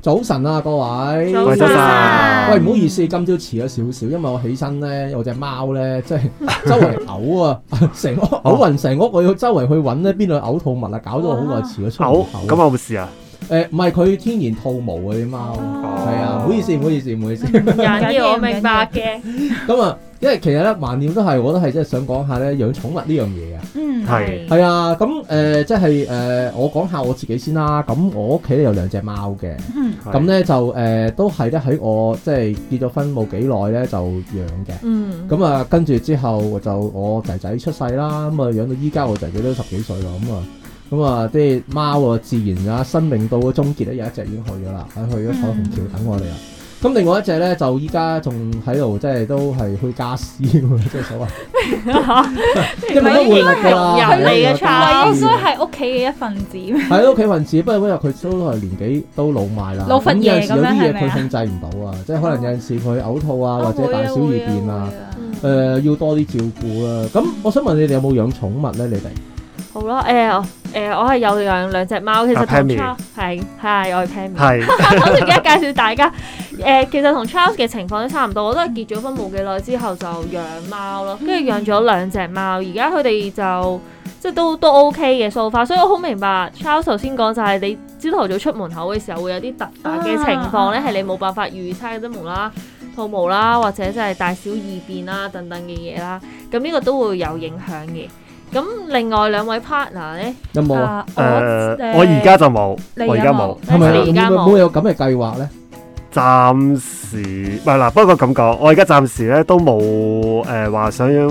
早晨啊，各位。早晨喂，唔好意思，今朝遲咗少少，因為我起身咧，有隻貓咧， 即係周圍嘔啊， 成屋嘔哦暈成屋，我要周圍去揾咧邊度嘔吐物啊，搞咗我好耐，遲咗出門嘔，口。咁我冇事啊？誒，唔係佢天然吐毛啊啲貓，哦係啊，唔好意思，唔好意思，唔好意 思。唔緊要，我明白嘅。咁啊，因為其實咧，橫掂都係，我都係即係想講下咧養寵物呢樣嘢啊。嗯，係係啊，咁誒、呃即係誒、呃我講下我自己先啦。咁我屋企咧有兩隻貓嘅，嗯咁咧就誒、呃都係咧喺我即係結咗婚冇幾耐咧就養嘅。嗯，咁啊，跟住之後我就我仔仔出世啦，咁啊養到依家我仔仔都十幾歲啦，咁啊咁啊啲貓啊自然啊生命到嘅終結咧有一隻已經去咗啦，啊喺去咗彩虹橋等我哋啦。咁另外一隻咧就依家仲喺度，即係都係去家私咁樣即係所謂，即係冇乜活力㗎啦。佢應該係人嚟嘅係啊差應該係屋企嘅一份子。喺屋企運字，不過因為佢都係年紀都老邁啦，老佛咁有陣爺時咁樣有啲嘢係咪佢啊控制唔到啊，即係可能有陣時佢嘔吐 啊，或者大小二便啊，誒、嗯要多啲照顧啦。咁我想問你哋有冇養寵物咧？你哋好啦，誒誒，我係有養兩隻貓，其實啊同 Pammy Charles 係係我係 Pammy。係 我而家介紹大家，誒、其實同 Charles 嘅情況都差唔多，我都係結咗婚冇幾耐之後就養貓咯，跟住養咗兩隻貓，而家佢哋就即係都都 OK 嘅掃化，所以我好明白 Charles 頭先講就係你朝頭早出門口嘅時候會有啲突發嘅情況咧，係、你冇辦法預測嘅，無啦肚毛啦，或者就係大小二便啦等等嘅嘢啦，咁呢個都會有影響嘅。咁另外兩位 partner 咧，有冇啊？啊誒，我而家就冇，你我而家有冇冇，係咪你而家有冇冇有咁嘅計劃咧？暫時唔係嗱。不過咁講，我而家暫時咧都冇誒話想養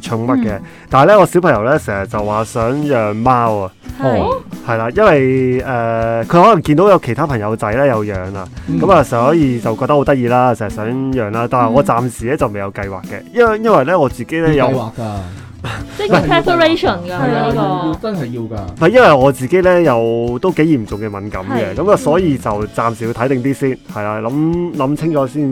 寵物嘅，但係咧我小朋友咧成日就話想養貓啊，哦係啦，因為誒佢可能見到有其他朋友仔咧有養啊。咁啊，所以就覺得好得意啦，成日想養啦，但係我暫時咧就未有計劃嘅，因為因為咧我自己有咧有，計唔劃㗎，即係 preparation 係㗎係啊，呢呢要要個。真係要㗎。係因為我自己咧有都幾嚴重嘅敏感嘅，係咁啊，所以就暫時要睇定啲先，係啦，諗諗清楚先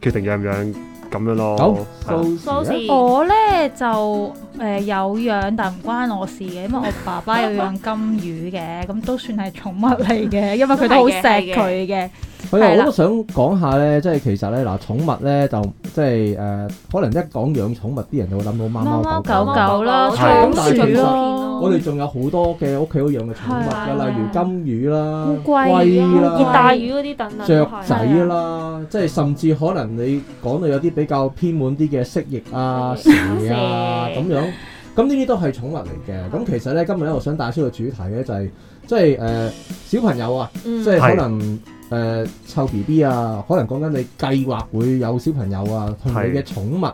決定養唔養咁樣好咯。係啦蘇，Sosze 士我咧就誒有養，但唔關我事嘅，因為我爸爸有養金魚嘅，咁都算係寵物嚟嘅，因為佢都好錫佢嘅。係啊，係啦我都想講下咧，即係其實咧嗱，寵物咧就即係誒、可能一講養寵物，啲人就會諗到貓貓貓貓狗狗狗。狗啦，係倉但係其鼠實咯，我哋仲有好多嘅屋企都養嘅寵物係㗎，啊例如金魚啦、烏龜啊熱熱帶帶啊魚嗰啲等啊等雀仔啦，即係甚至可能你講到有啲比較偏門啲嘅蜥蜴啊、蛇蜥蜴啊蛇咁樣，咁呢啲都係寵物嚟嘅。咁其實咧，今日咧，我想帶出個主題咧，就係即係誒小朋友啊，嗯即係可係能誒湊 B B 啊，可能講緊你計劃會有小朋友啊，同你嘅係寵物。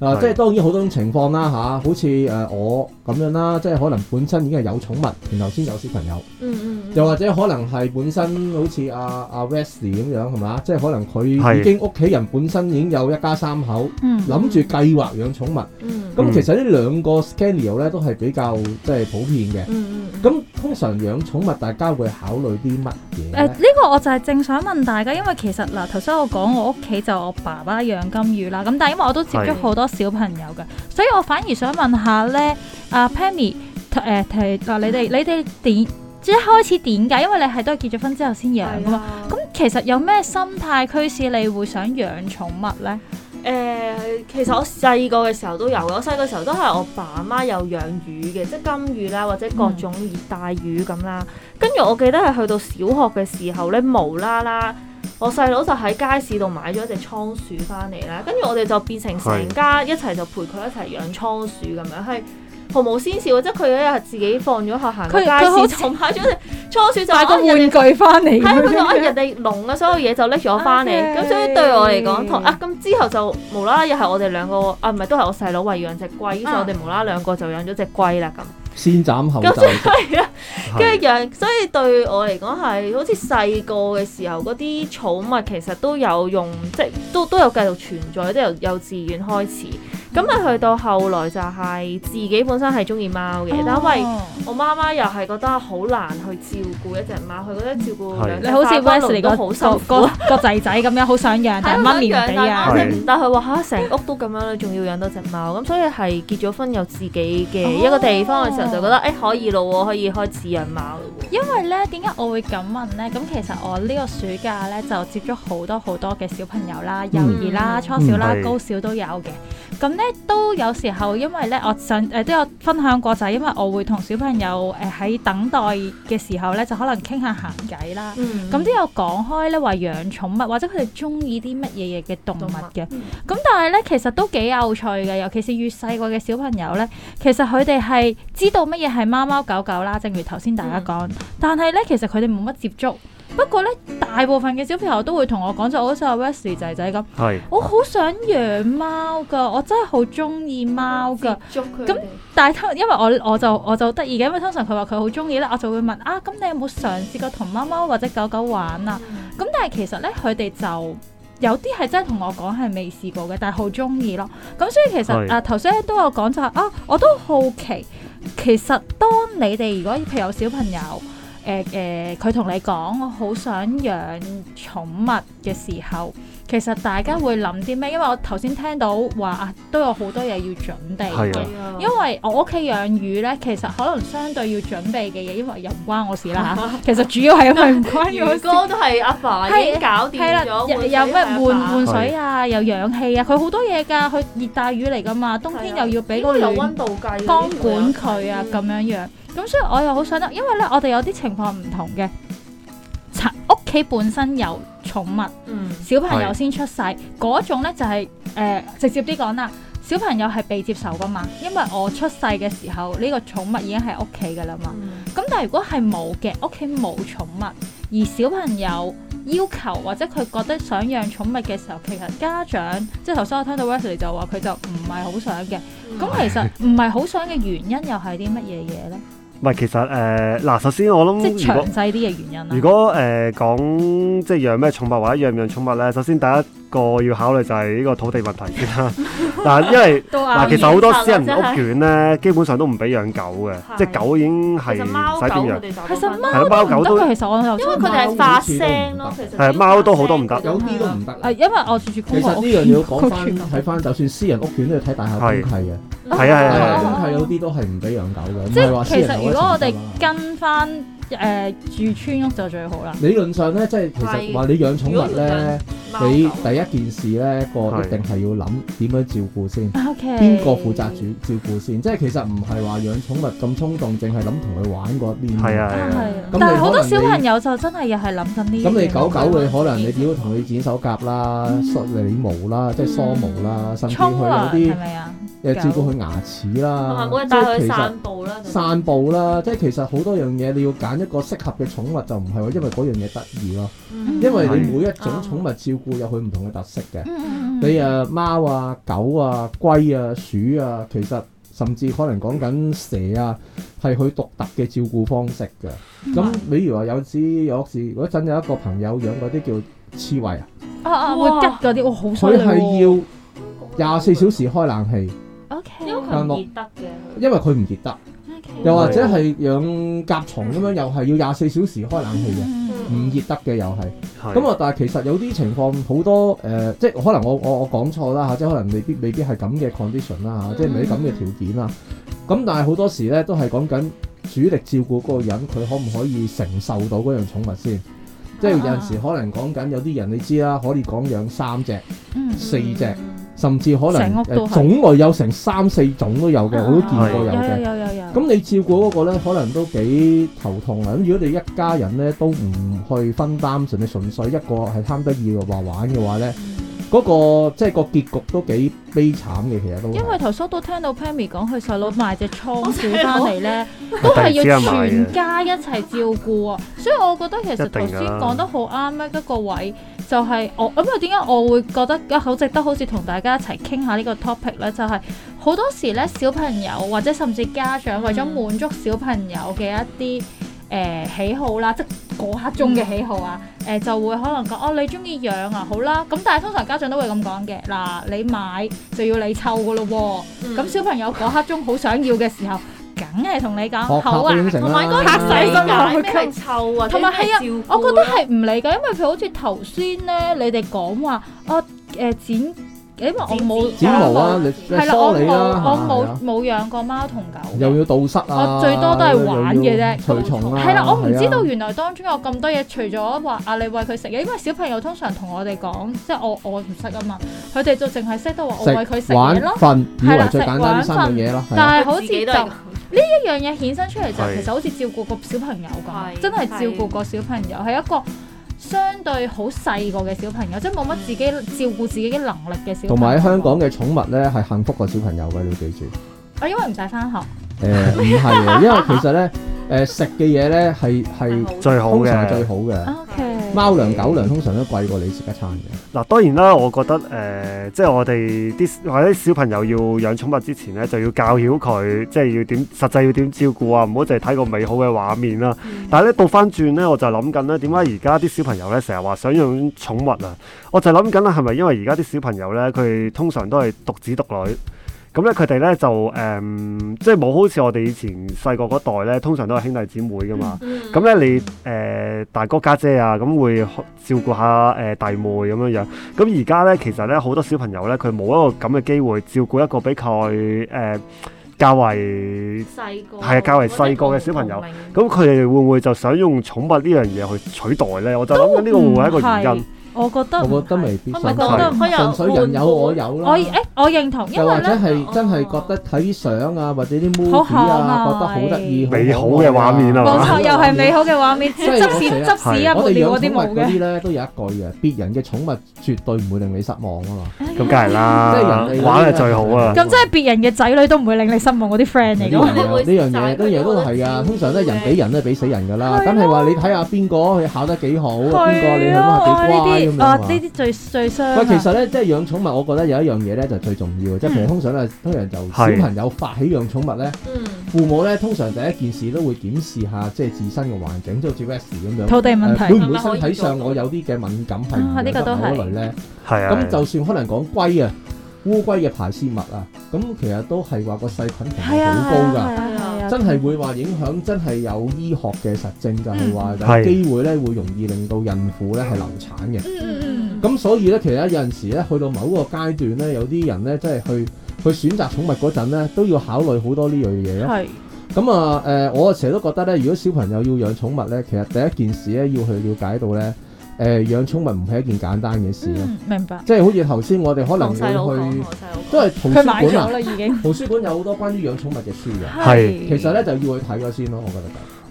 啊，係即係當然好多種情況啦吓，好似誒、我咁樣啦，即係可能本身已經係有寵物，然後先有小朋友。嗯嗯嗯，又或者可能係本身好似阿阿 Wesley 咁樣係嘛，即係可能佢係已經屋企人本身已經有一家三口，嗯諗住計劃養寵物。嗯咁嗯其實呢兩個 scenario 咧都係比較即係普遍嘅。嗯嗯，咁啊通常養寵物大家會考慮啲乜嘢誒咧？呃呢個我就係正想問大家，因為其實嗱頭先我講我屋企就我爸爸養金魚啦，咁但係因為我都接觸係好多小朋友嘅，所以我反而想問下咧，阿、Pammy 誒、提嗱你哋你哋點即係開始點解？因為你係都係結咗婚之後先養噶嘛，啊。咁其實有咩心態驅使你會想養寵物咧？誒、其實我細個嘅時候都有嘅，我細個時候都係我爸媽有養魚嘅，即係金魚啦，或者各種熱帶魚咁啦。跟住我記得係去到小學嘅時候咧，無啦啦，我細佬就喺街市度買咗一隻倉鼠翻嚟啦，跟住我哋就變成成家一齊就陪佢一齊養倉鼠咁樣，係毫無先兆嘅，即係佢有一日自己放咗下行個佢佢好街似市就買咗隻倉鼠就買個啊人玩哋具翻嚟係啊佢就話咁樣，人哋籠嘅所有嘢就拎咗翻嚟， OK 咁所以對我嚟講同啊咁之後就無啦啦又係我哋兩個啊唔係都係我細佬為養只龜，於是我哋無啦啦兩個就養咗只龜啦咁，先斬後咁奏所，以係啊，係跟住養，所以對我嚟講係好似細個嘅時候嗰啲寵物其實都有用，即係都都有繼續存在，即係由幼稚園開始。咁啊咪去到後來就係自己本身係中意貓哦嘅，但因為我媽媽又係覺得好難去照顧一隻貓，佢覺得照顧兩隻你好花似花龍 Wesley 都個好辛個苦個。個仔仔咁樣，好想養，但係掹年地啊！係但係佢話嚇成屋都咁樣啦，仲要養多隻貓，咁所以係結咗婚有自己嘅一個地方嘅時候，就覺得誒、可以咯喎，可以開始養貓咯喎。因為咧，點解我會咁問咧？咁其實我呢個暑假咧就接觸好多好多嘅小朋友啦，幼兒啦、嗯初小啦嗯、係高小都有嘅。咁咧都有時候，因為咧我上誒、都有分享過，就係因為我會同小朋友誒喺、等待嘅時候咧，就可能傾下閒偈啦。嗯咁都有講開咧話養寵物或者佢哋中意啲乜嘢嘢嘅動物嘅，咁、嗯但係咧其實都幾有趣嘅，尤其是越細個嘅小朋友咧，其實佢哋係知道乜嘢係貓貓狗狗啦，正如頭先大家講，但係咧其實佢哋冇乜接觸。不過咧，大部分嘅小朋友都會同我講就好似阿 Wesley 仔仔咁，係我好想養貓噶，我真係好中意貓噶。接觸佢咁哋但係通因為我我就我就得意嘅，因為通常佢話佢好中意咧，我就會問啊，咁你有冇嘗試過同貓貓或者狗狗玩啊？咁但係其實咧，佢哋就有啲係真係同我講係未試過嘅，但係好中意咯。咁所以其實係啊頭先都有講就係、啊，我都好奇，其實當你哋如果譬如有小朋友。誒誒，佢同、你講我好想養寵物嘅時候，其實大家會諗啲咩？因為我頭先聽到話啊，都有好多嘢要準係備。啊係啊因為我屋企養魚咧，其實可能相對要準備嘅嘢，因為又唔關我事 啦嚇。其實主要係因為唔關我魚事。缸都係阿爸已經搞掂係啦，咗，有換水有咩係阿換爸換水啊，有氧氣啊，佢好多嘢㗎。佢熱帶魚嚟㗎嘛，冬 à. 天又要俾個啊應該有暖温度計嘅，光管佢啊咁樣樣。咁所以我又好想得，因為咧我哋有啲情況唔同嘅，產屋企本身有寵物，嗯小朋友係先出世嗰種咧就係、呃直接啲講啦。小朋友係被接受噶嘛，因為我出世嘅時候呢、個寵物已經喺屋企噶啦嘛。咁但係如果係冇嘅，屋企冇寵物，而小朋友要求或者佢覺得想養寵物嘅時候，其實家長即係頭先我聽到 Wesley 就話佢就唔係好想嘅。Ừ. 咁其實唔係好想嘅原因又係啲乜嘢嘢咧？唔係其實誒嗱，首先我即諗係如果詳細啲嘅原因啦。如果誒、呃、講即係養咩寵物或者養唔養寵物咧，首先第一個要考慮就係呢個土地問題先 啦。嗱，因為都啊嗱，啱其實好多私人真係屋苑咧，基本上都唔俾養狗嘅，即係狗已經係其實貓唔狗使點養佢。哋大部其實分貓係貓狗都唔得都嘅，其實我頭先因為佢哋係發聲咯，其實係貓都好多唔得有 Ừ. 啲都唔得。啊誒，因為哎我住住其公實呢屋，樣嘢要講 翻，睇翻就算私人屋苑都要睇大廈公契嘅，係啊係大啊廈係啊公契有啲都係唔俾養狗嘅，唔即係話係私其人實有如一果我層哋㗎嘛跟翻誒住村屋就最好啦。理論上咧，即係其實係話你養寵物咧，你第一件事咧個係一定係要諗點樣照顧先， O K，邊個負責主照顧先？即係其實唔係話養寵物咁衝動，淨係諗同佢玩嗰邊。係啊啊？係啊，咁係啊你但係好多可能你小朋友就真係又係諗緊呢啲嘢。咁你狗狗你可能你點同佢剪手甲啦、梳理毛啦、即係梳毛啦，甚至佢嗯沖涼有係啲咪啊？誒照顧佢牙齒同埋啦，每啊日即帶係佢其實散步啦，散步啦，即係其實好多樣嘢你要揀一個適合嘅寵物，就唔係話因為嗰樣嘢得意咯，嗯因為你係每一種寵物照顧有佢唔同嘅特色嘅。嗯嗯嗯你誒貓啊、狗啊、龜啊、鼠啊，其實甚至可能講緊蛇啊，係佢獨特嘅照顧方式嘅。嗯咁比如話有時有時嗰陣有一個朋友養嗰啲叫刺蝟啊，啊啊會哇吉嗰啲，哇好犀佢利喎。係要廿四小時開冷氣， O K，因為佢唔熱得嘅，因為佢唔熱得，又或者係養甲蟲咁樣，又係要廿四小時開冷氣嘅，嗯唔熱得嘅又係。係咁啊，但係其實有啲情況好多誒、呃即係可能我我我講錯啦嚇，即係可能未必未必係咁嘅 condition 啦嚇，即係未必咁嘅條件啦。咁但係好多時咧都係講緊主力照顧嗰個人，佢可唔可以承受到嗰樣寵物先？即係有陣時可能講緊有啲人你知啦，可以講養三隻、嗯四隻，甚至可能成屋都誒係種類有成三四種都有嘅，我都見過有嘅。有有有有。咁你照顧嗰個咧，可能都幾頭痛啊！咁如果你一家人咧都唔去分擔，純粹純粹一個係貪得意話玩嘅話咧，嗯嗰、個即係個結局都幾悲慘嘅，其實都係因為頭叔都聽到 Pammy 講佢細佬買只倉鼠翻嚟咧，都我突然之係間要買全嘅，家一齊照顧啊，所以我覺得其實頭一定先㗎啦講得好啱一個位，就係、我咁啊點解我會覺得啊好值得好似同大家一齊傾下呢個 topic 咧，就係、好多時咧小朋友或者甚至家長為咗滿足小朋友嘅一啲誒、呃喜好啦，即係嗰刻中嘅喜好啊，誒、就會可能講哦，你中意養啊，好啦。咁但係通常家長都會咁講嘅，嗱，你買就要你湊噶咯嗯喎。嗯咁、小朋友嗰刻中好想要嘅時候，梗係同你講學好啊校。應承同埋啦，嗰個拍嚇細死身㗎落去佢臭或者啊同埋係啊係我覺得係唔理㗎，因為佢好似頭先咧，你哋講話我誒剪，因為我冇剪毛啊，我冇你你係啦，梳我理冇啦，係我啊冇冇養過貓同狗嘅。又要堵塞啊，我最多都係玩嘅啫又要除蟲啊，係啦，我唔知道係啊原來當中有咁多嘢，除咗話啊，你餵佢食嘢，因為小朋友通常同我哋講，即係我我唔識啊嘛，佢哋就淨係識得話我餵佢食嘢玩咯。瞓，以係為啦最簡食單呢玩三樣嘢啦，係啊但係佢好自似己就都係呢咁一樣嘢衍生出嚟就係其實好似照顧個小朋友係咁，真係照顧個小朋友係一個相對好細個嘅小朋友，即係冇乜自己照顧自己嘅能力嘅小朋友。同埋喺香港嘅寵物咧係幸福過小朋友嘅，你要記住。啊，因為唔使翻學，誒呃唔係嘅，因為其實咧誒食嘅嘢咧係係最好通常係最嘅。好啊嘅。 OK，貓糧狗糧通常都貴過你食一餐嘅，嗯嗱，當然啦，我覺得誒、呃即係我哋啲或者小朋友要養寵物之前咧，就要教曉佢，即係要點實際要點照顧啊，唔好淨係睇個美好嘅畫面啦。但係咧倒翻轉咧，我就諗緊咧，點解而家啲小朋友咧成日話想養寵物啊？我就諗緊啦，係咪因為而家啲小朋友咧，佢哋通常都係獨子獨女，咁咧佢哋咧就誒、嗯即係冇好似我哋以前細個嗰代咧，通常都係兄弟姊妹噶嘛。嗯咁咧，你誒、呃大哥家姐啊，咁會照顧下誒、呃弟妹咁樣樣。咁而家咧，其實咧好多小朋友咧，佢冇一個咁嘅機會照顧一個比佢誒較為細個係啊較為細個嘅小朋友或者同齡咁佢哋會唔會就想用寵物呢樣嘢去取代咧？我就諗嗯緊呢個會唔會係一個原因？我覺得我覺得唔係未必我純咪粹。覺係得佢純有粹人有我有我啦，誒我認同，因又或為者咧。係真係覺得睇啲相啊，或者啲 movie 好可啊，愛覺得好得意、美好嘅畫面啊冇嘛錯，又係美好嘅畫面，真係執我成屎日執屎啊，無我哋聊養嗰啲寵冇物嗰嘅。啲咧都有一句嘅，別人嘅寵物絕對唔會令你失望啊嘛。咁梗係啦即係人，哋玩係最好啊！咁即係別人嘅仔女都唔會令你失望嗰啲 friend 嚟呢嘅樣嘢喎。呢樣嘢呢樣都係啊，通常都係人俾人都係俾死人噶啦。但係話你睇下邊個佢考得幾好，邊個你係啊，諗下呢幾啲乖咁啊樣啊呢啲最最傷啊。喂，其實咧，即係養寵物，我覺得有一樣嘢咧就最重要嘅， 即係譬如通常咧，通常就係小朋友發起養寵物咧，嗯父母咧通常第一件事都會檢視下即係自身嘅環境，即係好似 West 咁樣，土地誒問題會唔會身體上我有啲嘅敏感係啊呢個都係嗰類咧？係啊，咁就算可能講龜啊、烏龜嘅排泄物啊，咁其實都係話個細菌程度係啊好高㗎。係啊係啊，真係會話影響，真係有醫學嘅實證就係話有係機會咧會容易令到孕婦咧係流產嘅。嗯嗯嗯咁所以咧，其實有陣時咧，去到某一個階段咧，有啲人咧，即係去去選擇寵物嗰陣咧，都要考慮好多呢樣嘢嗯，咯。係咁啊，誒、我成日都覺得咧，如果小朋友要養寵物咧，其實第一件事咧，要去了解到咧，誒、養寵物唔係一件簡單嘅事咯。嗯明白。即係啊好似頭先我哋可能同細佬會講去，同都細佬講係圖佢書買館咗啊，啦已經。圖書館有好多關於養寵物嘅書嘅。係其實咧，哦就要去睇咗先咯，我覺得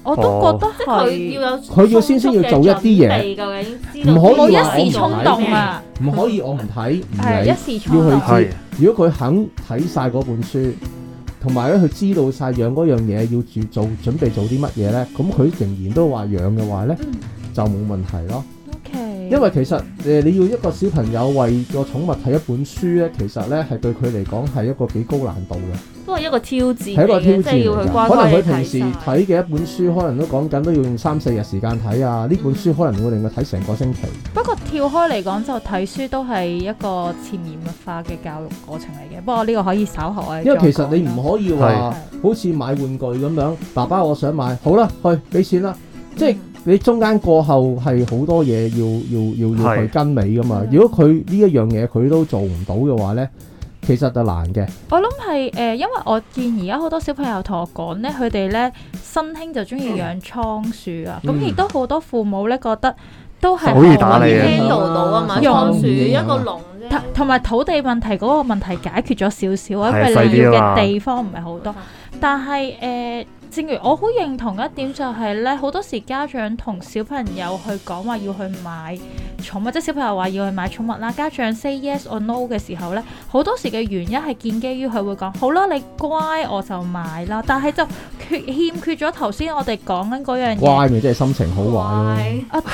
我都覺得即係佢係要有佢要先先要做一啲嘢嘢，究竟知道唔可以冇話我一時衝動啊，唔可嗯以我唔睇唔係理。一時衝動要。去係如果佢肯睇晒嗰本書，同埋咧佢知道晒養嗰樣嘢要住做準備做啲乜嘢咧，咁佢仍然都話養嘅話咧，嗯就冇問題咯。 OK，因為其實誒、呃你要一個小朋友為個寵物睇一本書咧，其實咧係對佢嚟講係一個幾高難度嘅，都係一個挑戰嚟係一個挑嘅，即係要戰嚟佢㗎。乖可乖能地佢平時睇晒。睇嘅一本書，可能都講緊都要用三四日時間睇啊。呢本書可能會令佢睇成個星期。不過跳開嚟講，就睇書都係一個潛移默化嘅教育過程嚟嘅。不過呢個可以稍後我哋因為再其實你講啦唔可啊以係話好似買玩具咁樣，爸爸我想買，好啦，去俾錢啦。即係你中間過後係好多嘢要要要要係去跟尾噶嘛。如果佢呢一樣嘢佢都做唔到嘅話咧，其實就難嘅。我諗係誒，因為我見而家好多小朋友同我講咧，佢哋咧新興就中意嗯養倉鼠啊，咁嗯亦都好多父母咧覺得都係好易打你啊啊 handle 到啊嘛，用倉鼠一個籠啫同。同埋土地問題嗰個問題解決咗少少啊，係啊因為你細要啲啊嘛嘅地方唔係好多，但係誒、呃正如我好認同一點就係咧，好多時家長同小朋友去講話要去買寵物，即係小朋友話要去買寵物啦，家長 say yes or no 嘅時候咧，好多時嘅原因係建基於佢會講好啦，你乖我就買啦，但係就缺欠缺咗頭先我哋講緊嗰樣嘢，乖咪即係心情好壞咯。啊都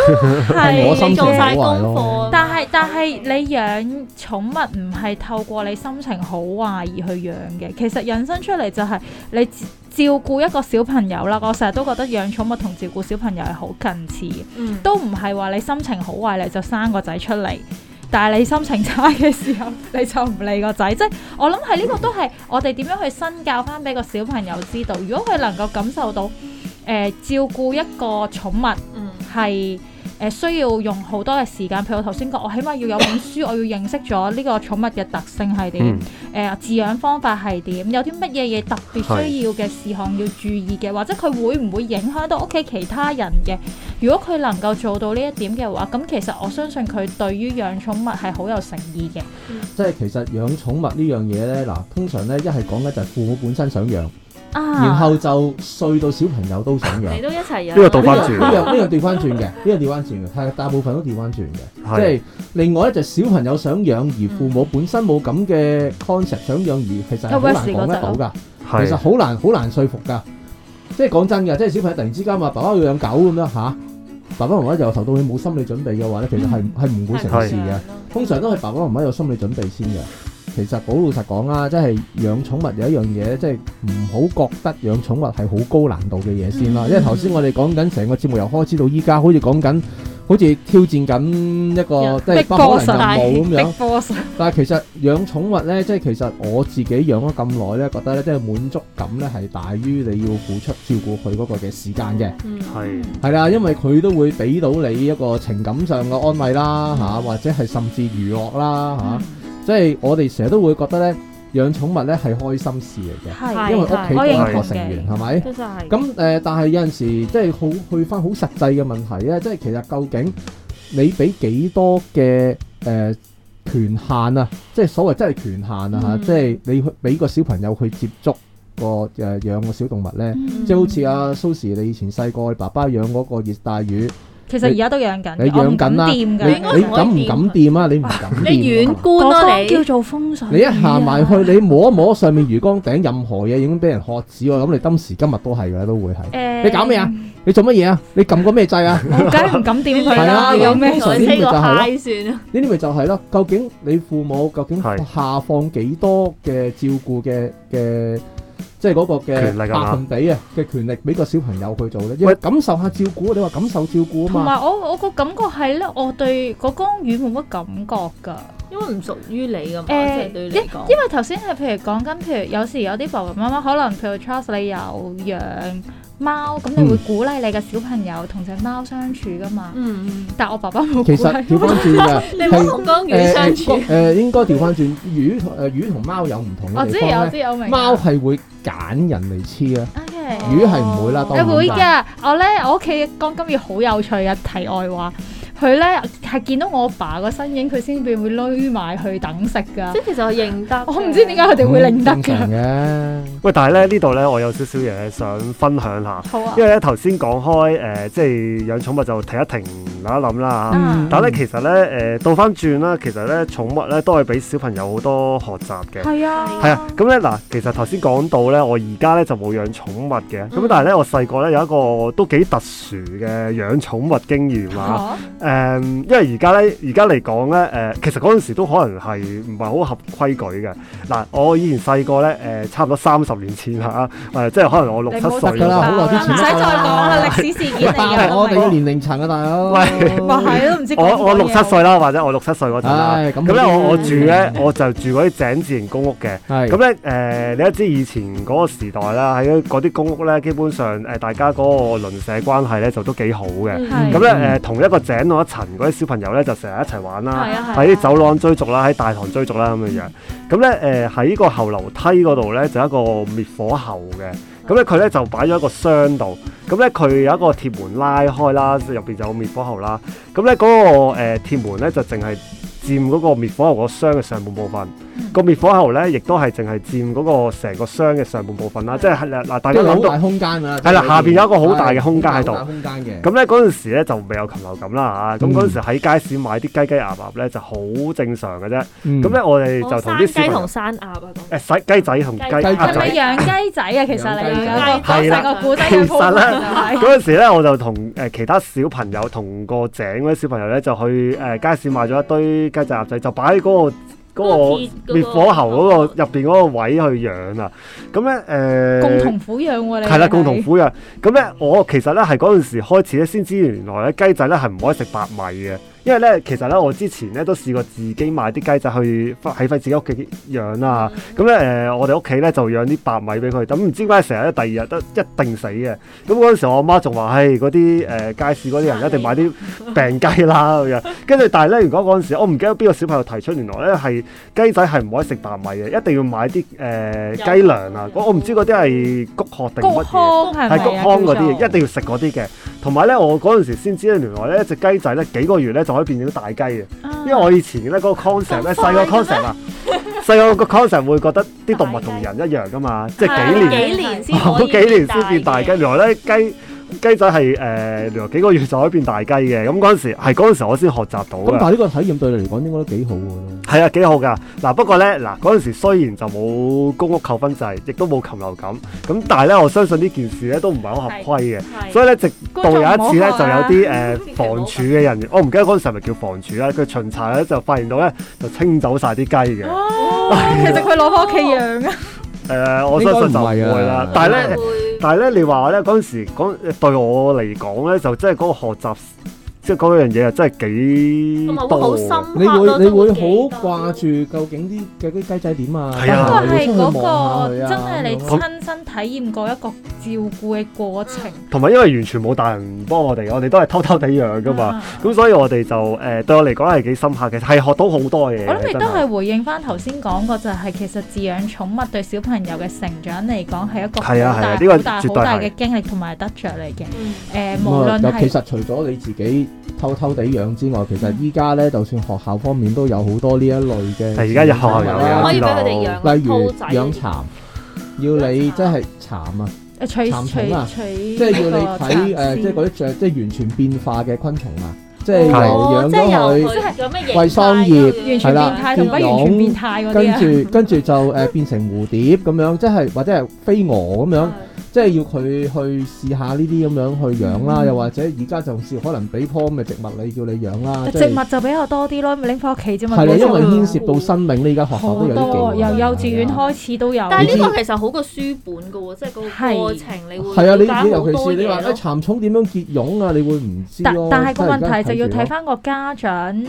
係我心情你做好壞晒功咯課，但係但係你養寵物唔係透過你心情好壞而去養嘅，其實引申出嚟就係你自照顧一個小朋友啦，我成日都覺得養寵物同照顧小朋友係好近似嘅，嗯都唔係話你心情好壞你就生個仔出嚟，但係你心情差嘅時候你就唔理個仔，即係我諗係呢個都係我哋點樣去身教翻俾個小朋友知道，如果佢能夠感受到誒、呃照顧一個寵物嗯係。誒、需要用好多嘅時間，譬如我頭先講，我起碼要有本書，我要認識咗呢個寵物嘅特性係點。嗯，啊誒、飼養方法係點，有啲乜嘢嘢特別需要嘅事項要注意嘅，或者佢會唔會影響到屋企其他人嘅？如果佢能夠做到呢一點嘅話，咁其實我相信佢對於養寵物係好有誠意嘅。即係其實養寵物呢樣嘢咧，嗱，通常咧一係講緊就係父母本身想養，啊，然後就碎到小朋友都想養。你都一齊有呢個倒翻呢轉，啊樣呢樣調翻轉嘅，呢樣調翻轉嘅，係大部分都調翻轉嘅。即係係另外一就小朋友想養，而父母本身冇咁嘅 concept 想養，而其實係好難講得到㗎。其實係好難好難說服㗎。即係講真㗎，即係小朋友突然之間話爸爸要養狗咁樣吓，爸爸媽媽由頭到尾冇心理準備嘅話咧，其實係嗯係唔會成事嘅。通常都係爸爸媽媽有心理準備先嘅。其實好老實講啦，即係養寵物有一樣嘢，即係唔好覺得養寵物係好高難度嘅嘢先啦。嗯因為頭先我哋講緊成個節目由開始到依家，好似講緊好似挑戰緊一個即係不可能任務咁樣。但係其實養寵物呢，即係其實我自己養咗咁耐呢，覺得呢，即係滿足感呢係大於你要付出照顧佢嗰個嘅時間嘅。嗯係係啦，因為佢都會俾到你一個情感上嘅安慰嗯啦，嚇、或者係甚至娛樂啦，嚇、即係我哋成日都會覺得呢，養寵物呢係開心事嚟嘅，係因為屋係企我多認一同個嘅成員係咪？都真係咁誒、呃但係有陣時即係好去翻好實際嘅問題咧，啊即係其實究竟你俾幾多嘅誒、呃、權限啊？即係所謂真係權限啊嚇，嗯即係你去俾個小朋友去接觸個誒、呃、養個小動物咧，嗯即係好似阿蘇時你以前細個，你爸爸養嗰個熱帶魚，其實而家都養緊你嘅，我唔養敢緊啊啦，你掂㗎。應你該唔可以敢唔敢掂啊？你唔敢掂啊。你遠觀嗰咯，缸你叫做風水魚啊，你一行埋去，你摸一摸上面魚缸頂任何嘢已經俾人喝止喎，我諗你今時今日都係㗎啦，都會係。誒你搞咩啊？你做乜嘢啊？你撳個咩掣啊？我梗係唔敢掂佢係啦，啊有咩你水呢個呢就個係咯 high 算啦，呢啲咪就係咯，究竟你父母究竟係下放幾多嘅照顧嘅嘅，即係嗰個權力嘅啊嘛百分比啊嘅權力俾個小朋友去做咧？因為感受下照顧，你話感受照顧啊同嘛，埋我我個感覺係咧，我對嗰缸魚冇乜感覺㗎。因為唔屬於你噶嘛，即誒係對你嚟講因。為頭先係譬如講緊，譬如有時有啲爸爸媽媽可能譬如 Charles 你有養貓，咁你會鼓勵你嘅小朋友同只貓相處噶嘛？嗯，但我爸爸冇鼓其實勵。 調翻轉㗎，你唔好同江魚誒相誒處。誒應該調翻轉魚同誒魚同貓有唔同我嘅知地我方咧，知我明。貓係會揀人嚟黐啊， OK。魚係唔會啦，當誒然會㗎，我咧我屋企嘅缸金魚好有趣嘅題外話，佢咧係見到我阿爸個身影，佢先至會匿埋去等食㗎即。係其實我認得，我唔知點解佢哋會認得正常㗎。嘅。喂，但係咧呢度咧，我有少少嘢想分享下，好啊因。為咧頭先講開誒，即係養寵物就停一停諗一諗啦嚇。嗯但係咧，其實咧，誒倒翻轉啦，其實咧，寵物咧都係俾小朋友好多學習嘅。係啊。係啊，咁咧嗱，其實頭先講到咧，我而家咧就冇養寵物嗯嘅，咁但係咧我細個咧有一個都幾特殊嘅養寵物經驗啊。嚇誒、因為而家咧，而家嚟講咧，誒、其實嗰陣時都可能係唔係好合規矩嘅。嗱，我以前細個咧，誒、呃差唔多三十年前嚇，誒、即係可能我六你七唔好歲得㗎啦好嗰陣耐之前唔使再講啦，歷史事件嚟但係嘅。我哋嘅年齡層啊，大佬。哇，係都唔知講我我乜嘢六七歲啦，或者我六七歲嗰陣啦。唉，咁咁咧，我我嗰啲住咧，我就住嗰啲井字型公屋嘅。係咁咧誒，你都知以前嗰個時代啦，喺嗰啲公屋咧，基本上誒、大家嗰個鄰舍關係咧就都幾好嘅。係嗯係咁咧誒，同一個井嗰一層嗰啲小朋友咧，就成日一齊玩啦。係啊喺走廊追逐啦，喺大堂追逐啦咁樣樣。咁咧誒喺個後樓梯嗰度咧就有一個滅火喉嘅。咁咧佢咧就擺咗一個箱度。咁咧佢有一個鐵門拉開啦，入邊就有滅火喉啦。咁咧嗰個誒鐵門咧就淨係佔嗰個滅火喉個箱嘅上半部分。個滅火喉咧亦都係淨係佔嗰個成個箱嘅上半部分啦。即係嗱，嗯大即家係好諗到大。空間啊！係啦下邊有一個好大嘅空間喺度好大空間嘅。咁咧嗰陣時咧就未有禽流感啦啊嚇，咁嗰陣時喺街市買啲雞雞鴨鴨咧就好正常嘅啫。咁咁咧，我哋我就同山啲小雞朋同友山鴨啊，誒洗雞仔同雞雞鴨係咪仔。養雞仔啊？其實你養養雞係個講啦成個古仔其嘅鋪實排呢嗰就係陣時咧，我就同誒其他小朋友同個井嗰啲小朋友咧，就去誒街市買咗一堆雞仔鴨仔，就擺喺嗰個嗰個鐵嗰嗰個個滅火喉嗰個入邊嗰個位去養啊。咁咧誒，共同撫養喎你係啦，哋共同撫養。咁咧，我其實咧係嗰陣時開始咧先知原來咧雞仔咧係唔可以食白米嘅，因為咧其實咧我之前咧都試過自己買啲雞仔去返喺翻自己屋企養啦。咁咧誒，我哋屋企咧就養啲白米俾佢，咁唔知點解成日咧第二日都一定死嘅。咁嗰陣時我阿媽仲話：，唉，嗰啲呃誒街市嗰啲人一定買啲病雞啦咁樣。跟住但係咧，如果嗰陣時我唔記得邊個小朋友提出，原來咧係雞仔係唔可以食白米嘅，一定要買啲誒、雞糧啊。我我唔知嗰啲係谷殼 定高乜嘢。康係咪係啊谷康嗰啲，叫嘢，一定要食嗰啲嘅。同埋咧，我嗰陣時先知咧，原來咧只雞仔咧幾個月咧就可以變到大雞嘅。做因為我以前咧嗰個 concept 咧咁快嘅細個咩 concept 啊，細個個 concept 會覺得啲動物同人一樣噶嘛，即係幾年，啊幾年先 好可以幾年先變大雞。嘅。原來咧雞雞仔係誒呃原來幾個月就可以變大雞嘅。咁嗰陣時係嗰陣時我先學習到咁嘅。但係呢個體驗對你嚟講應該都幾好嘅係啊，幾好噶。嗱，不過咧，嗱嗰陣時雖然就冇公屋扣分制，亦都冇禽流感，咁但係咧，我相信呢件事咧都唔係好合規嘅。所以咧，直啊到有一次咧，就有啲誒、呃房署嘅人員，我唔記得嗰陣時係咪叫房署啦，佢巡查咧就發現到咧，就清走晒啲雞嘅。誒、哦，其實佢攞翻屋企養啊，呃我相信就唔應該唔會係啦啊。但係係嗯咧，但係咧，你話咧嗰陣時講對我嚟講咧，就真係嗰個學習，即係嗰樣嘢啊，真係幾同埋會好多深嘅。你刻咯會你會好都記得掛住究竟啲嘅啲雞仔點啊？係啊不過係嗰個真係你咁親身體驗過一個照顧嘅過程同埋因為完全冇大人幫我哋，我哋都係偷偷地養噶嗯嘛。啊咁所以我哋就誒、呃、對我嚟講係幾深刻嘅，係學到好多嘢嘅。我諗亦真都係回應翻頭先講過，就係其實飼養寵物對小朋友嘅成長嚟講係一個好係啊係啊大呢個好大絕對好大係嘅經歷同埋得着嚟嘅。嗯誒，咁無啊論尤其係實除咗你自己偷偷地養之外，其實依家咧，就算學校方面都有好多呢一類嘅。但而家有學校有可以俾佢哋知道養，啊例如兔仔養蠶，要你即係蠶啊，誒取蠶取蟲啊取即係要你呢睇個誒，即係蠶絲嗰啲雀，即係完全變化嘅昆蟲啊，即係由哦養即係由咗佢即係有咩啊貴桑葉完形全係態都啦要變態同不變完全蛹變態嗰佢，啲啊，跟住跟住就誒變成蝴蝶咁樣，即係或者係飛蛾咁樣。啊即係要佢去試下呢啲咁樣去養啦，嗯又或者而家就試可能俾棵咁嘅植物你叫你養啦，即植係物就比較多啲咯，拎翻屋企啫嘛。係啦，嗰因為種牽涉到生命呢，而家學好校都有啲多，技由能幼稚園啊開始都有。但係係呢呢個其實好過書本噶喎，即係個過程你會係啊，了你你解好尤其多是你話嘢誒咯。蠶蟲點樣結蛹啊，你會唔知但咯。但係個問題就真係而家睇要睇住咯翻個家長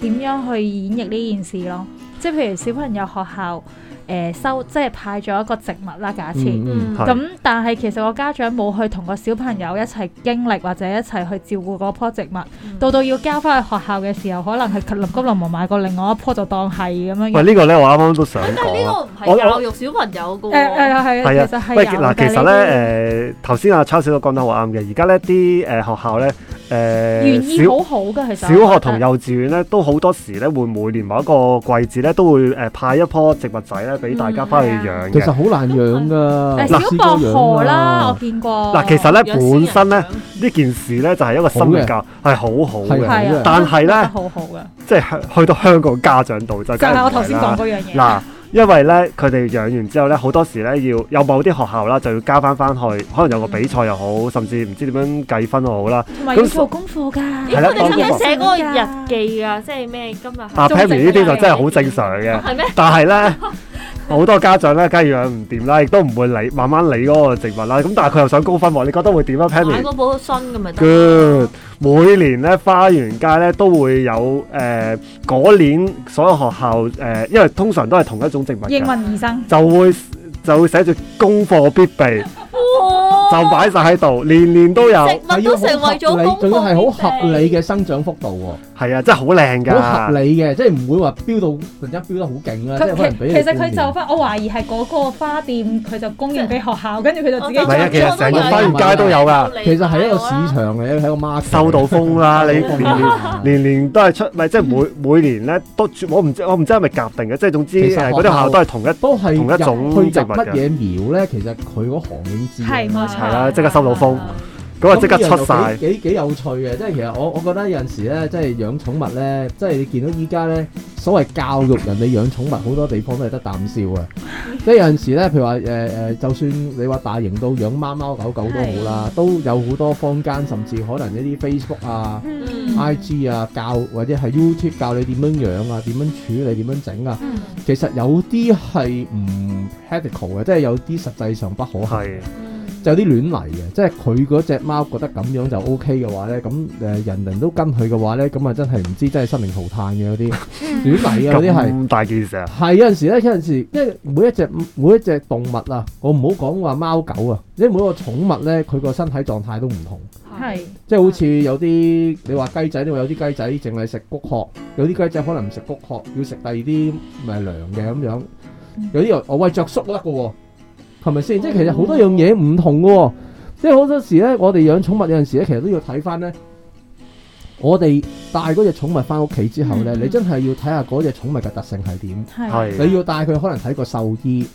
點樣去演繹呢件事咯。即係譬如小朋友學校誒、呃收，即係派咗一個植物啦，假設。嗯嗯，係咁但係其實個家長冇去同個小朋友一齊經歷或者一齊去照顧嗰棵植物，嗯到到要交翻去學校嘅時候，可能係臨急臨忙買過另外一棵就當係咁樣喂，嘅。呢個咧我啱啱都想但係講呢啊。個唔係教育小朋友噶誒誒喎，係係啊，啊其實係喂，有嗱，其嘅實呢啲咧，誒頭先阿 Charles 都講得好啱嘅。而家咧啲誒學校咧，原誒意小好好嘅，其小實我學覺同得幼稚園咧，都好多時咧會每年某一個季節咧，都會誒派一棵植物仔咧俾大家翻去養嗯啊其實嘅。好難養㗎，誒我小試薄過養荷啦，我啊，見過。嗱，其實咧有私人本身咧養呢件事咧就係一個生命教係好好係嘅，啊係啊，但係呢我覺得好好嘅，即係去去到香港家長度就就梗係係唔我頭先係啦講嗰樣嘢。嗱，因為咧佢哋養完之後咧，好多時咧要有某啲學校啦，就要交翻翻去，可能有個比賽又好，甚至唔知點樣計分都好啦。同埋要咁做功課㗎。係咦啦佢哋使唔使講寫嗰個日記啊？即係咩今日啊係 p a 中正 m m y 呢啲就嘅真係好正常嘅，係咩？但係咧好多家長咧，梗係養唔掂啦，亦都唔會理慢慢理嗰個植物啦。咁但係佢又想高分喎，你覺得會點啊 p a m m 買 y 個保新咁咪得。 Good，每年咧花園街咧都會有誒嗰、年所有學校誒、呃因為通常都係同一種啊植物英嘅，文醫生，就會就會寫住功課必備。就擺晒喺度，年年都有，食係物都成為咗仲功課要係好合理嘅。嘅生長幅度啊，真係好靚喎，好合㗎。理嘅，即係唔會話飆到突然間飆得好勁啊，即係可佢能其俾你其實半佢年就翻，我懷疑係嗰個花店，佢就供應俾學校，跟住佢就自己我唔係啊，就其實成個花園街都有㗎，其實係一個市場嚟，喺個 market 收到風啦，你年年年年年都係嗯出，咪即係每每年咧都絕我唔知我唔知係咪夾定嘅，即係總之其實誒嗰啲學校都係同一都係同一種入去植入物嘅乜嘢苗咧，其實佢嗰行已經知係㗎啦係冇錯啦，即刻收到風，咁啊咁即刻出呢樣晒就。幾幾幾有趣嘅，即係其實我我覺得有陣時咧，即係養寵物咧，即係你見到依家咧所謂教育人哋養寵物，好多地方都係得啖笑啊！即係有陣時咧，譬如話誒誒，就算你話大型到養貓貓狗狗都好啦，都有好多坊間甚至可能一啲 Facebook 啊。嗯嗯 I G 啊，教或者係 YouTube 教你點樣養啊，點樣處理，點樣整啊。嗯其實有啲係唔 practical 嘅，即係有啲實際上不可行。係就有啲亂嚟嘅，即係佢嗰只貓覺得咁樣就 O K 嘅話咧，咁誒、人人都跟佢嘅話咧，咁啊真係唔知真係生命淘汰嘅有啲亂嚟嘅有啲係。咁大件事啊！係有陣時咧，有陣時，因為每一隻每一隻動物啊，我唔好講話貓狗啊，即係每一個寵物咧，佢個身體狀態都唔同。係即係好似有啲你話雞仔，你話有啲雞仔淨係食谷殼，有啲雞仔可能唔食谷殼，要食第二啲咪糧嘅咁樣嗯。哦有啲人我喂着叔都得嘅喎，係咪先？即係其實好多樣嘢唔同嘅喎。即係好多時咧，我哋養寵物有陣時咧，其實都要睇翻咧。我哋帶嗰只寵物翻屋企之後咧，嗯你真係要睇下嗰只寵物嘅特性係點。係係你要帶佢可能睇個獸醫，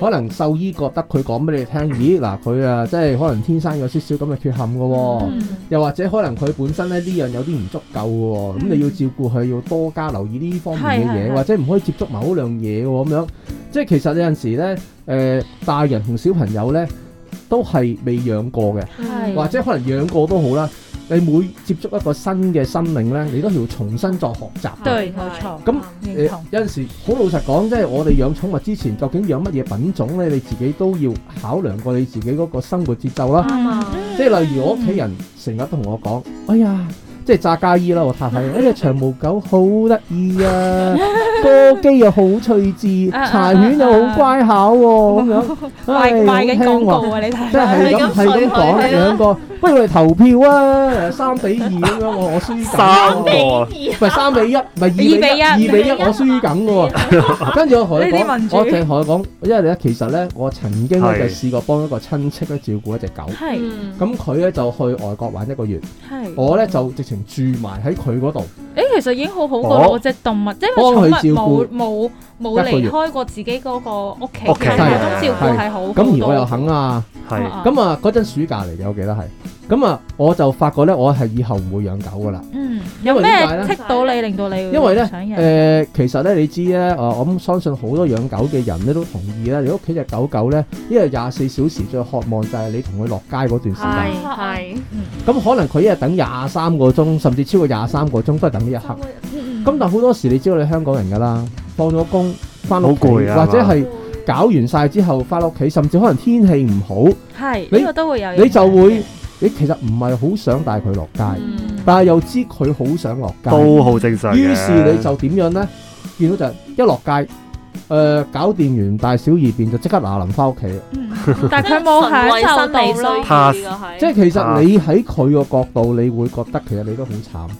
可能獸醫覺得佢講俾你聽，咦嗱佢啊，即係可能天生有少少咁嘅缺陷嘅喎。嗯又或者可能佢本身咧呢樣有啲唔足夠嘅喎，咁、嗯你要照顧佢，要多加留意呢方面係嘅係嘢，係或者唔可以接觸某樣嘢喎咁樣。即係其實有陣時咧，誒、大人同小朋友咧都係未養過嘅，係或者可能養過都好啦。你每接觸一個新嘅生命咧，你都要重新再學習。對冇錯咁認誒同有陣時好老實講，即係我哋養寵物之前，究竟養乜嘢品種咧，你自己都要考量過你自己嗰個生活節奏啦。啱嗯啊即係例如我屋企人成日都同我講，哎呀，即係炸家衣啦，我太 太，哎呀長毛狗好得意啊，歌姬又好趣致，啊啊柴犬又好乖巧喎， 咁樣，賣唉賣嗯緊好聽廣，告話啊！你睇即係係咁係咁講係咁啊水佢兩個，不如我哋投票啊，三比二咁樣，我我輸緊三喎，個唔係三比一，唔係二二比一，比一二比一我輸緊喎。跟住我同佢呢啲民講，主我淨係同佢講，因為咧其實咧，我曾經咧係就試過幫一個親戚咧照顧一隻狗。係咁佢咧就去外國玩一個月，係我咧就直情住埋喺佢嗰度，誒，其實已經好好過我咯，只動物，即係幫佢寵照顧物冇冇冇一個月離開過自己嗰個屋企，屋企但係都照顧係好好咁而我又多肯啊，係啊咁啊嗰陣暑假嚟嘅，我記得係，咁啊我就發覺咧，我係以後唔會養狗噶啦，嗯，因為咩點解咧？剔到你，令到你因為咧，想誒、贏其實咧，你知咧，誒、我諗相信好多養狗嘅人咧都同意啊啦。你屋企只狗狗咧，一日廿四小時最渴望就係你同佢落街嗰段時間。咁可能佢一日等廿三個鐘，甚至超過廿三個鐘，都係等呢一刻。嗯咁但好多時你知道你香港人㗎啦，放咗工翻屋企，好攰啊或者係係。搞完晒之後翻屋企，甚至可能天氣唔好，係你呢個都會有影響嘅，你就會你其實唔係好想帶佢落街，但係又知佢好想落街，都好正常嘅。哦於是你就點樣呢？見到就係一落街，誒、搞掂完大小二便就即刻嗱臨翻屋企。嗯， 但係佢冇享受到咯，哎即係其啊實你喺佢個角度，你會覺得其實你都好慘，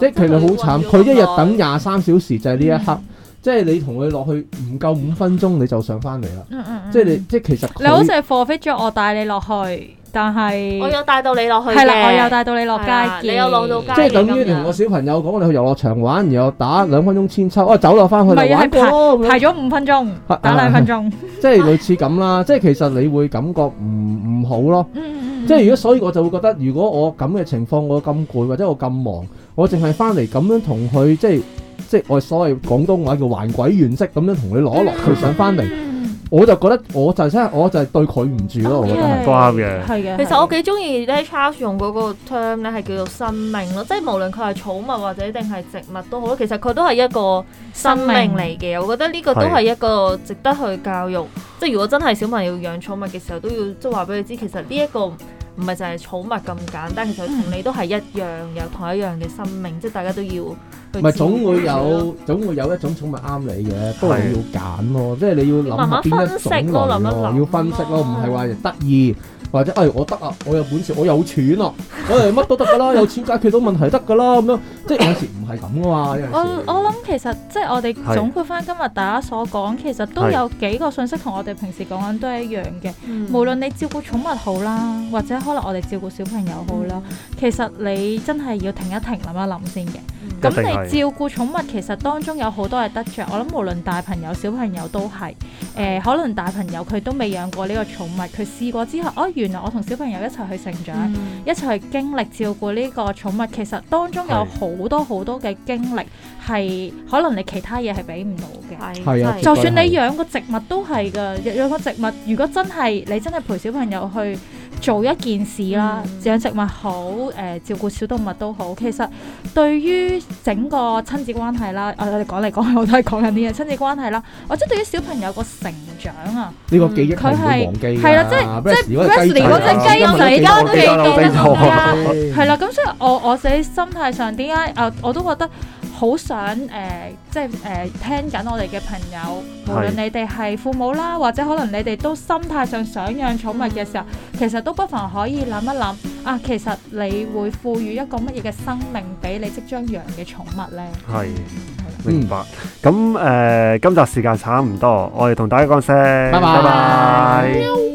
即係其實哎好慘。佢一日等廿三小時就係呢一刻，嗯即係你同佢落去唔夠五分鐘你就上翻嚟啦。嗯嗯，嗯即係你即係其實你好似佢係 forfeit 咗我帶你落去，但係我有帶到你落去係啦，我又帶到你落街係啊嘅，嗯你有落到街即係等咁於樣同個小朋友講，我哋去遊樂場玩，然後打兩分鐘千秋，啊走落翻去唔係就玩過咯咁樣排咗五分鐘，打兩分鐘，即係類似咁啦。即係其實你會感覺唔唔好咯。嗯嗯嗯，即係如果所以我就會覺得，如果我咁嘅情況，我咁攰或者我咁忙，我淨係翻嚟咁樣同佢即係。即係我所謂廣東話叫還鬼原式咁樣同你攞落佢上翻嚟，嗯我就覺得我就真係我就係對佢唔住咯，我覺得係。都啱嘅係嘅，其實我嘅幾中意咧 Charles 用嗰個 term 咧係叫做生命咯，即係無論佢係寵物或者定係植物都好，其實佢都係一個生命嚟嘅。我覺得呢個都係一個值得去教育，即係如果真係小朋友養寵物嘅時候，都要即係話俾佢知，其實呢一個唔係就係寵物咁簡單，其實同你都係一樣有同一樣嘅生命，即係大家都要去唔係總照顧會佢咯有總會有一種寵物啱你嘅，不過你要揀咯，即係你要諗慢下慢邊分一析種類咯諗一咯，諗要分析咯，咯唔係話得意或者誒、哎、我得啊，我有本事，我有錢啊，我誒乜都得噶啦，有錢解決到問題得噶啦咁樣，即係有時唔係咁噶嘛，有我陣時。我諗其實即係我係哋總括翻今日大家所講，其實都係有幾個信息同我哋平時講緊都係一樣嘅。嗯無論你照顧寵物好啦，或者可能我哋照顧小朋友好啦，其實你真係要停一停諗一諗先嘅。嗯咁一定係你照顧寵物其實當中有好多係得着，我諗無論大朋友小朋友都係，誒、可能大朋友佢都未養過呢個寵物，佢試過之後，哦原來我同小朋友一齊去成長，嗯一齊去經歷照顧呢個寵物，其實當中有好多好多嘅經歷係可能你其他嘢係俾唔到嘅。係係啊真係就算你養個植物都係噶，養個植物如果真係你真係陪小朋友去做一件事啦，嗯養植物好，誒、照顧小動物都好，其實對於整個親子關係啦，我哋講嚟講去我都係講緊呢樣親子關係啦，或者對於小朋友個成長啊，呢個記憶係唔佢係會忘記㗎。哎係啦即啊係 Brass 即係嗰隻雞仔 Brass 嗰隻雞啊仔啦今日都記得我記得我記得我記得係啦，咁所以我我自己心態上點解誒我都覺得好想誒、即係誒、呃聽緊我哋嘅朋友，無論你哋係父母啦，或者可能你哋都心態上想養寵物嘅時候，其實都不妨可以諗一諗啊，其實你會賦予一個乜嘢嘅生命俾你即將養嘅寵物咧？係嗯明白。呃咁誒，今集時間差唔多，我哋同大家講聲，拜拜拜拜。喵